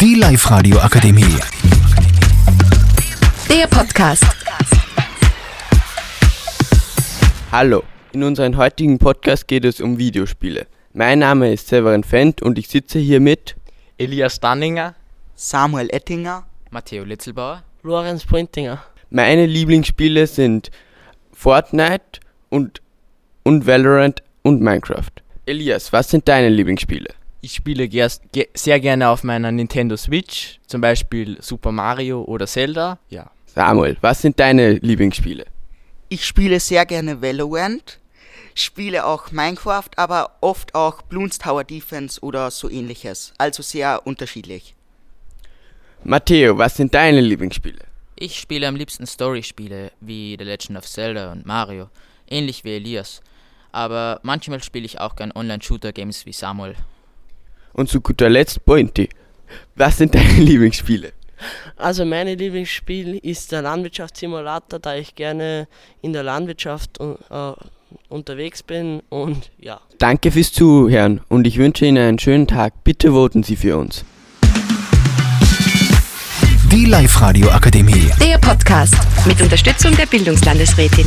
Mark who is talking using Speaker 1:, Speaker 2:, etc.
Speaker 1: Live Radio Akademie.
Speaker 2: Der Podcast.
Speaker 3: Hallo, in unserem heutigen Podcast geht es um Videospiele. Mein Name ist Severin Fendt und ich sitze hier mit
Speaker 4: Elias Danninger.
Speaker 5: Samuel Ettinger,
Speaker 6: Matteo Litzelbauer.
Speaker 7: Lorenz Printinger.
Speaker 3: Meine Lieblingsspiele sind Fortnite und, und Valorant und Minecraft. Elias, was sind deine Lieblingsspiele?
Speaker 6: Ich spiele ger- ge- sehr gerne auf meiner Nintendo Switch, zum Beispiel Super Mario oder Zelda. Ja.
Speaker 3: Samuel, was sind deine Lieblingsspiele?
Speaker 5: ich spiele sehr gerne Valorant, spiele auch Minecraft, aber oft auch Bloons Tower Defense oder so ähnliches. Also sehr unterschiedlich.
Speaker 3: Matteo, was sind deine Lieblingsspiele?
Speaker 8: Ich spiele am liebsten Storyspiele wie The Legend of Zelda und Mario, ähnlich wie Elias. Aber manchmal spiele ich auch gern Online-Shooter-Games wie Samuel.
Speaker 3: Und zu guter Letzt Pointy, was sind deine Lieblingsspiele?
Speaker 7: Also meine Lieblingsspiel ist der Landwirtschaftssimulator, da ich gerne in der Landwirtschaft äh, unterwegs bin und ja.
Speaker 3: Danke fürs Zuhören und ich wünsche Ihnen einen schönen Tag. Bitte voten Sie für uns.
Speaker 1: Die Live Radio Akademie.
Speaker 2: Der Podcast. Mit Unterstützung der Bildungslandesrätin.